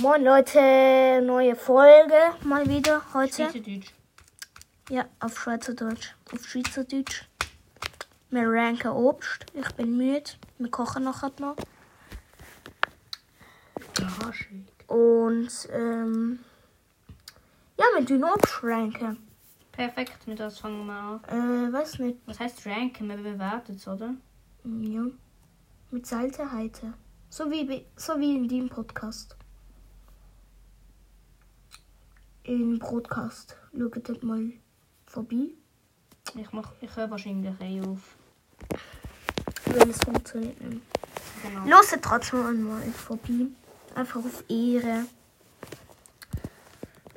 Moin Leute, neue Folge mal wieder heute. Schweizerdeutsch. Ja, auf Schweizerdeutsch. Auf Schweizerdeutsch. Wir ranken Obst. Ich bin müde. Wir kochen nachher noch. Überraschung. Und ähm, ja, wir tun Obst ranken. Perfekt, mit das fangen wir an. Äh, weiß nicht. Was heißt ranken? Wir bewerten es, oder? Ja. Mit Seltenheiten. So wie, bei- so wie in dem Podcast. In Broadcast. Schaut dort mal vorbei, Ich, mach, ich höre wahrscheinlich eh auf. wenn es funktioniert. nicht. Genau. Loset trotzdem einmal vorbei. Einfach auf Ehre.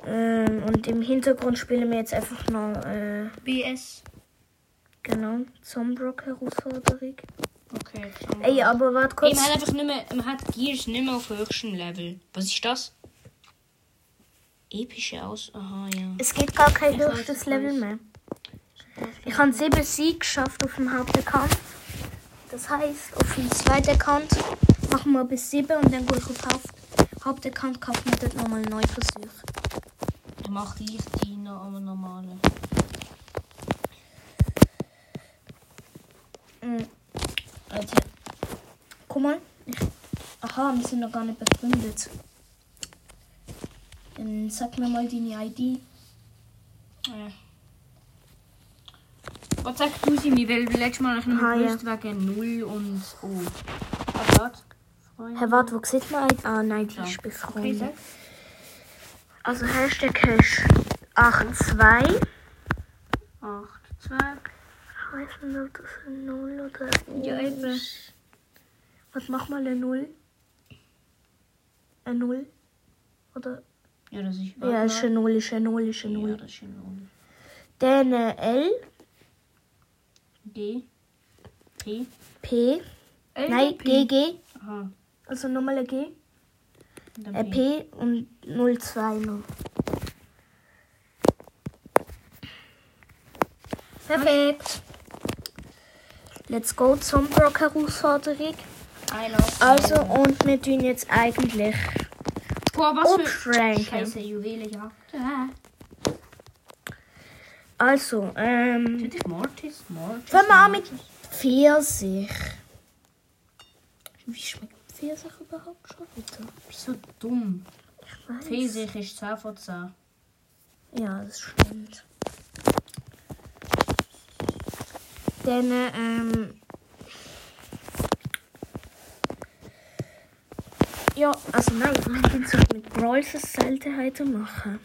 Ähm, und im Hintergrund spielen wir jetzt einfach noch, äh, BS. genau, Zombrock-Herausforderung. Okay, jetzt haben wir- Ey, aber warte Ey, kurz. man hat einfach nicht mehr, man hat Gears nicht mehr auf höchstem Level. Was ist das? Epische Aus... Aha, ja. Es geht gar kein Ich weiß, höchstes ich Level weiß. mehr. Ich habe sieben Siege geschafft auf dem Hauptaccount. Das heißt, auf dem zweiten Account machen wir bis sieben und dann gehe ich auf Haupt Hauptaccount, kaufe mir dort nochmal neu Versuch. Ich mach gleich die noch am normalen. Mhm. Also, Guck mal. Ich, aha, wir sind noch gar nicht befreundet. Dann sag mir mal deine ID. äh. Was sagst du, Simi? Weil letztes Mal habe ich nicht Aha, mehr ja. gewusst wegen 0 und... Oh. Was war's? Herr Wart, wo sieht man ID? Ah, nein, die Ja. ist Okay, befreundet. sag. Also Hashtag Hash 82. 8, 2... Ich weiß nicht, ob das ein 0 oder Ja, ein eben. Was mach mal eine 0? Eine 0? Oder? Ja, das ist... Ja, ist eine 0, ist eine 0, ist eine 0. Ja, das ist schon null. Dann äh, L, G. P. P, L, nein, G, G. Aha. Also nochmal ein G. und dann Äh, P und 02 noch. Perfekt. Let's go zum Brock-Herausforderung. Einer. Also, und wir tun jetzt eigentlich Boah, was Obstschränke. Scheiße, Juwelen, ja. Also, ähm. Tut ich Mortis? Mortis? Fangen wir an mit Mortis. Pfirsich. Wie schmeckt Pfirsich überhaupt schon wieder? Bist du dumm? Ich weiß. Pfirsich ist 10 von 10. Ja, das stimmt. Denn, äh, ähm. Ja, also nein, wir können es mit Brawls Seltenheiten machen.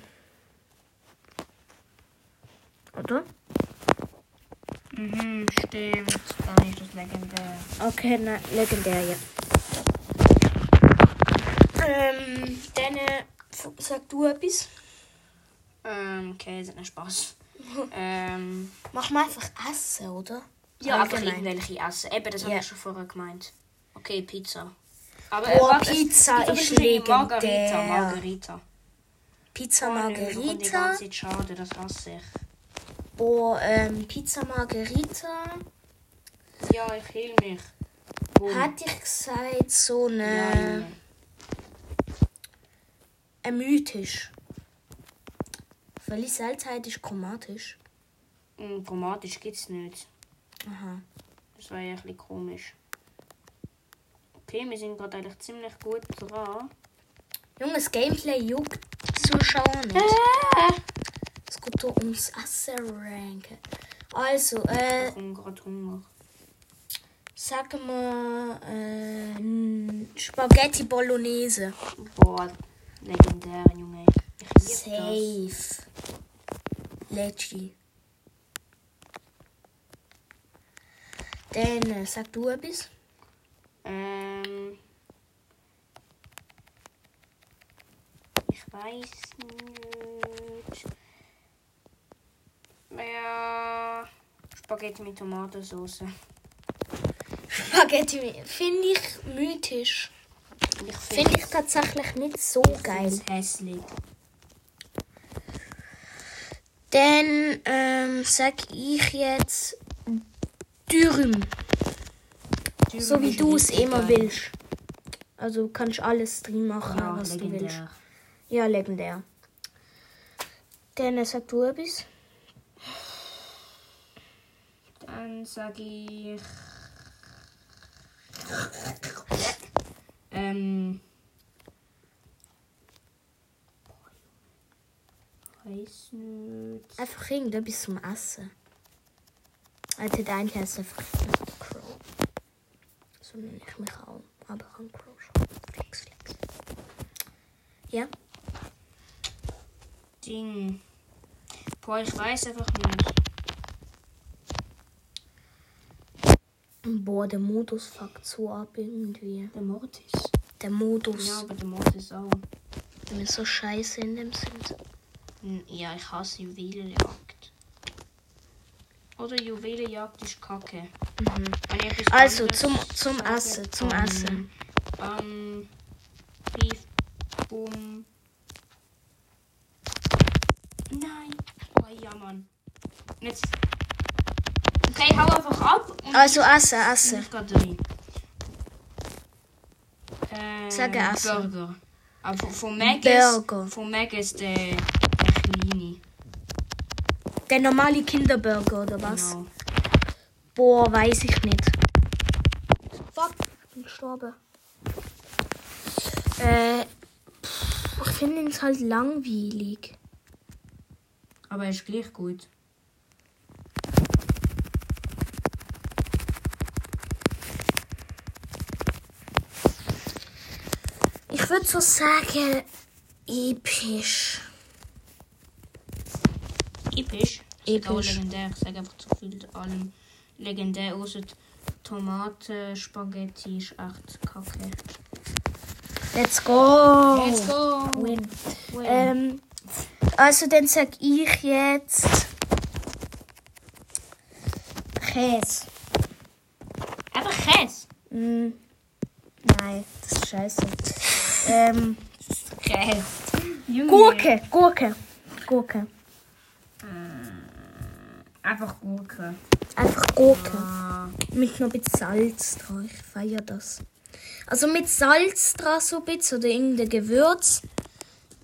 Oder? Mhm, stimmt. Dann ist das legendär. Okay, na, legendär, ja. Ähm, dann äh, f- sag du etwas. Ähm, okay, ist ein Spaß. ähm, Mach mal einfach Essen, oder? ja, einfach Allgemein. irgendwelche essen. Eben, das Ja. habe ich schon vorher gemeint. Okay, Pizza. Aber äh, Boah, warte, es- Pizza Pizza ist wahrscheinlich legendär. Margarita, Margarita. Pizza Ich die Margherita. ganze Zeit schade, das hasse ich. Oh, ähm, Pizza Margherita. Ja, ich will mich. Boom. Hatte ich gesagt, so Nein. eine. Ein mythisch. Welche Seltenheit halt ist chromatisch? Mm, Chromatisch gibt es nicht. Aha. Das war ja ein bisschen komisch. Okay, wir sind gerade eigentlich ziemlich gut dran. Junge, das Gameplay juckt die Zuschauer nicht. Äh. Es geht hier ums Essen ranken. Also, äh, Ich habe gerade Hunger. sag mal, äh, n- Spaghetti Bolognese. Boah, legendär, Junge. Ich liebe Safe. Leggy. Dann äh, sag du etwas. das. Ähm. Ich weiß nicht. Ja. Spaghetti mit Tomatensauce. Spaghetti finde ich mythisch. Ich Finde ich tatsächlich nicht so geil. hässlich. Dann ähm, sag ich jetzt Dürüm. So wie du es immer willst. Also kannst du alles drin machen, Ja, was du willst. legendär. Ja, legendär. Dann sag du etwas. Dann sage ich. ähm. Weiß nicht. Einfach irgendetwas zum Essen. Also der eine heißt einfach Crow. So nenne ich mich auch. Aber an Crow schon. Flex, flex. Ja? Ding. Boah, ich weiß einfach nicht. Boah, der Modus fuckt so ab irgendwie. Der Mortis. Der Modus. Ja, aber der Mortis auch. Mir ist so scheiße in dem Sinn. Hm, Ja, ich hasse Juwelenjagd. Oder Juwelenjagd ist kacke. Wenn ich etwas Also, anderes zum, zum sage, Essen, zum dann, Essen. Ähm, Brief, Bum. Nein. Oh ja, Mann. Jetzt. Okay, hau einfach ab und Also, Essen, bin Essen. ich gerade rein. Ähm, Sag Essen. Burger. Aber von Maggis, Burger. von Maggis der, der Kleine. Der normale Kinderburger oder was? Genau. Boah, weiß ich nicht. Fuck, ich bin gestorben. Äh, pff, ich finde es halt langweilig. Aber er ist gleich gut. Ich würde so sagen, episch. Episch. Ich sage auch Episch. legendär. Ich sage einfach zu viel zu allem. Legendär, außer Tomate, Spaghetti ist echt kacke. Let's go. Let's go! Oh. Win. Win. Ähm, also dann sag ich jetzt Käse. Einfach Käse! Mm, nein, das ist scheiße. ähm, Käse! Junge. Gurke, Gurke, Gurke. Einfach Gurke. Einfach Gurke. Ah, Mit noch ein bisschen Salz dran. Ich feiere das. Also mit Salz dran so ein bisschen oder irgendein Gewürz.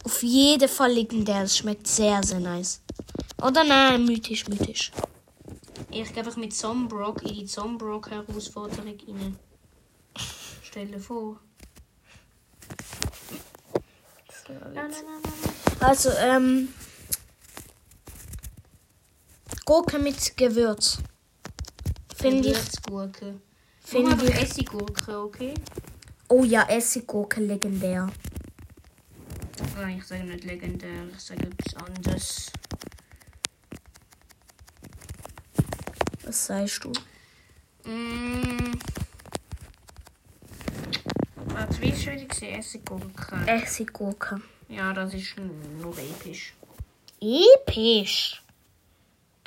Auf jeden Fall legendär. Es schmeckt sehr, sehr nice. Oder nein, mythisch, mythisch. ich gehe einfach mit Zombrock in die Zombrock-Herausforderung rein. Stell dir vor. Nein, nein, nein, nein. Also, ähm. Gurke mit Gewürz. Finde ich. Gewürzgurke. Find Mach mal ich- einfach Essiggurke, okay? Oh ja, Essiggurke legendär. Nein, ich sage nicht legendär, ich sage etwas anderes. Was sagst du? Mm. Warte, wie ist wieder gesehen? Essiggurke. Essiggurke. Ja, das ist nur episch. Episch.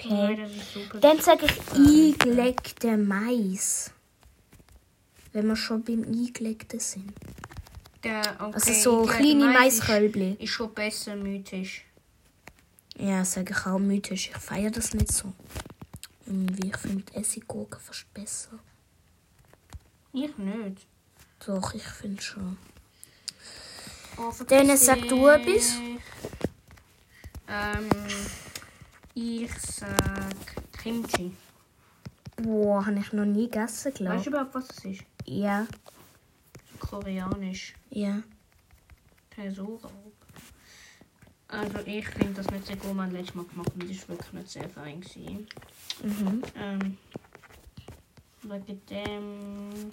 Nein, Okay. das ist super. Dann sage ich eingelegter Mais. Wenn wir schon beim Eingelegten sind. Der, okay, Also so ich glaub, kleine Mais ist- Maiskölbli. Ist schon besser mythisch. Ja, sage ich auch mythisch. Ich feiere das nicht so. Irgendwie, ich finde Essiggurke fast besser. Ich nicht. Doch, ich finde schon. Oh, vergiss Dennis, sag ich. du etwas. Ähm, ich sag Kimchi. Boah, habe ich noch nie gegessen, glaube Weißt du ich. überhaupt, was das ist? Ja, Koreanisch. ja. Personraub. Also ich finde das nicht sehr gut, mein letztes Mal gemacht und das war wirklich nicht sehr fein. Gewesen. Mhm. Ähm, wegen dem...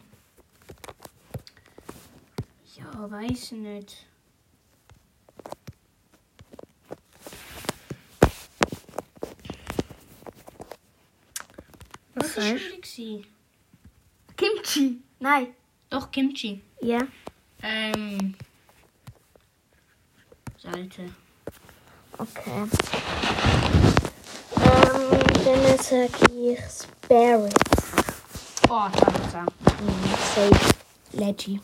Ja, weiß nicht. Was war heißt? schwierig? gewesen? Kimchi. Nein. Doch, Kimchi. Ja. Ähm... Seite. Okay. Ähm, dann sage ich Sparrow. Oh, ich hab gesagt. Mhm, safe. Leggy.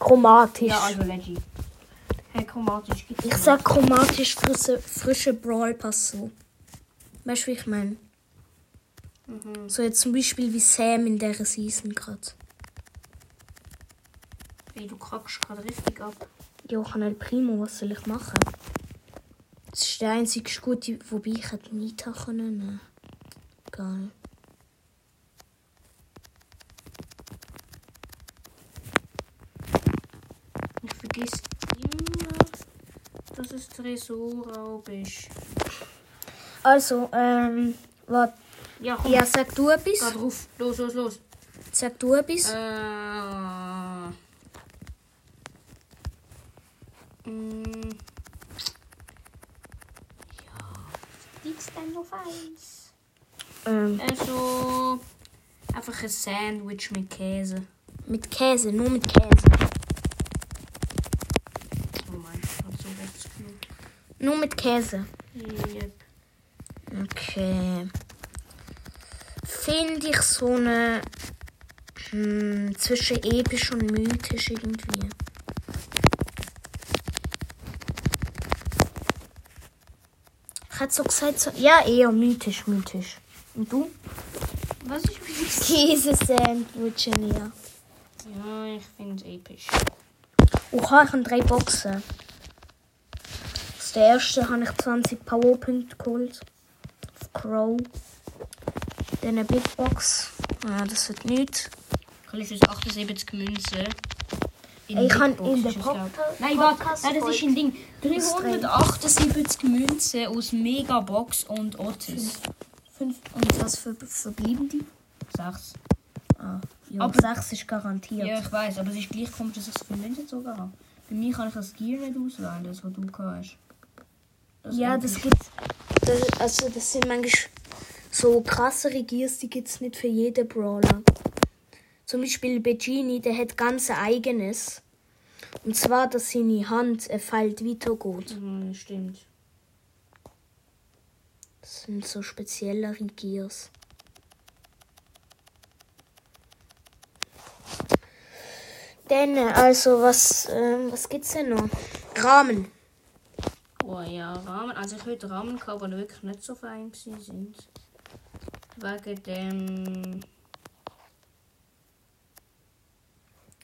Chromatisch. Ja, also Leggy. Hey, chromatisch gibt's ich noch. sag chromatisch frische, frische Brawl Pass so. Weißt du, wie ich meine? Mhm. So jetzt zum Beispiel wie Sam in dieser Season gerade. Ey, du kackst gerade richtig ab. Jochen El Primo, was soll ich machen? Das ist der einzige gute, wobei ich hätte Nita können nehmen Geil. Ich vergiss immer, dass es Tresorraub ist. Also, ähm, was? Ja, komm, Ja, sag du geh etwas. drauf. Los, los, los. Sag du etwas. Äh. Mm. Ja. Liegst denn auf eins? Ähm, Also. Einfach ein Sandwich mit Käse. mit Käse, nur mit Käse. Oh mein Gott, so rechts genug. Nur mit Käse. Yep. Okay. Finde ich so eine. Hm, zwischen episch und mythisch irgendwie. Ich hätte so gesagt, so, ja, eher mythisch, mythisch. Und du? Was ist mit Käse-Sandwich, ja. Ja, ich finde es episch. Oha, ich habe drei Boxen. Aus der ersten habe ich 20 Powerpunkte geholt. Auf Crow. Dann eine Big Box. Ja, das wird nichts. Ich habe jetzt 78 Münzen. In Ich Big kann Box in der ist es, glaub Pop- ich. Nein, warte, nein, das ist ein Ding. Ausdrehen. 378 Münzen aus Megabox und Otis. Fünf. Und was für verblieben die? Sechs. Ah, ja, Aber- sechs ist garantiert. Ja, ich weiß, aber es ist gleich komisch, dass ich es für Münzen sogar habe. Bei mir kann ich das Gear nicht auswählen, das, was du gehabt hast. Das Ja, ist das episch. gibt das, Also, das sind manchmal so krassere Gears, die gibt es nicht für jeden Brawler. Zum Beispiel Begini, der hat ganz ein eigenes. Und zwar, dass seine Hand äh, fällt weitergeht. Mhm, stimmt. Das sind so speziellere Gears. Dann, äh, also, was, ähm, was gibt's denn noch? Rahmen. Oh ja, Rahmen. Also ich würde Rahmen kaufen, aber wirklich nicht so fein gewesen sind. Wegen dem.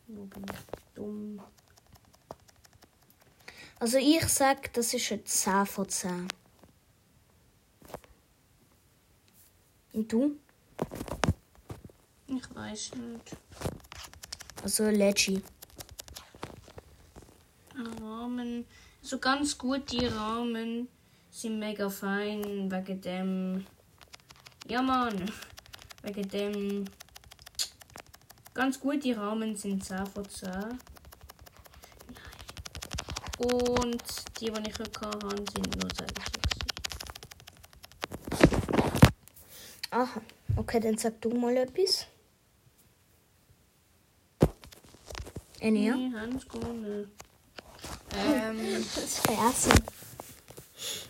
Wo bin ich dumm? Also, ich sag, das ist ein 10 von 10. Und du? Ich weiß nicht. Also, Leggy. Rahmen. So ganz gut die Rahmen sind mega fein. Wegen dem. Ja Mann. Wegen dem. Ganz gut die Rahmen sind 10 von 10. Nein. Und die, die ich heute hatte, sind nur 6 Aha. Okay, dann sag du mal etwas. Enea? Die haben es gewonnen. Ähm, Das ist vergessen.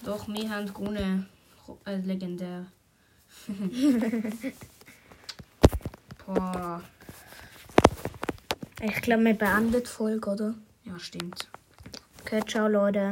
doch, wir haben gewonnen. Ro- Äh, legendär. Boah. Ich glaube, wir beenden die Folge, oder? Ja, stimmt. Okay, ciao, Leute.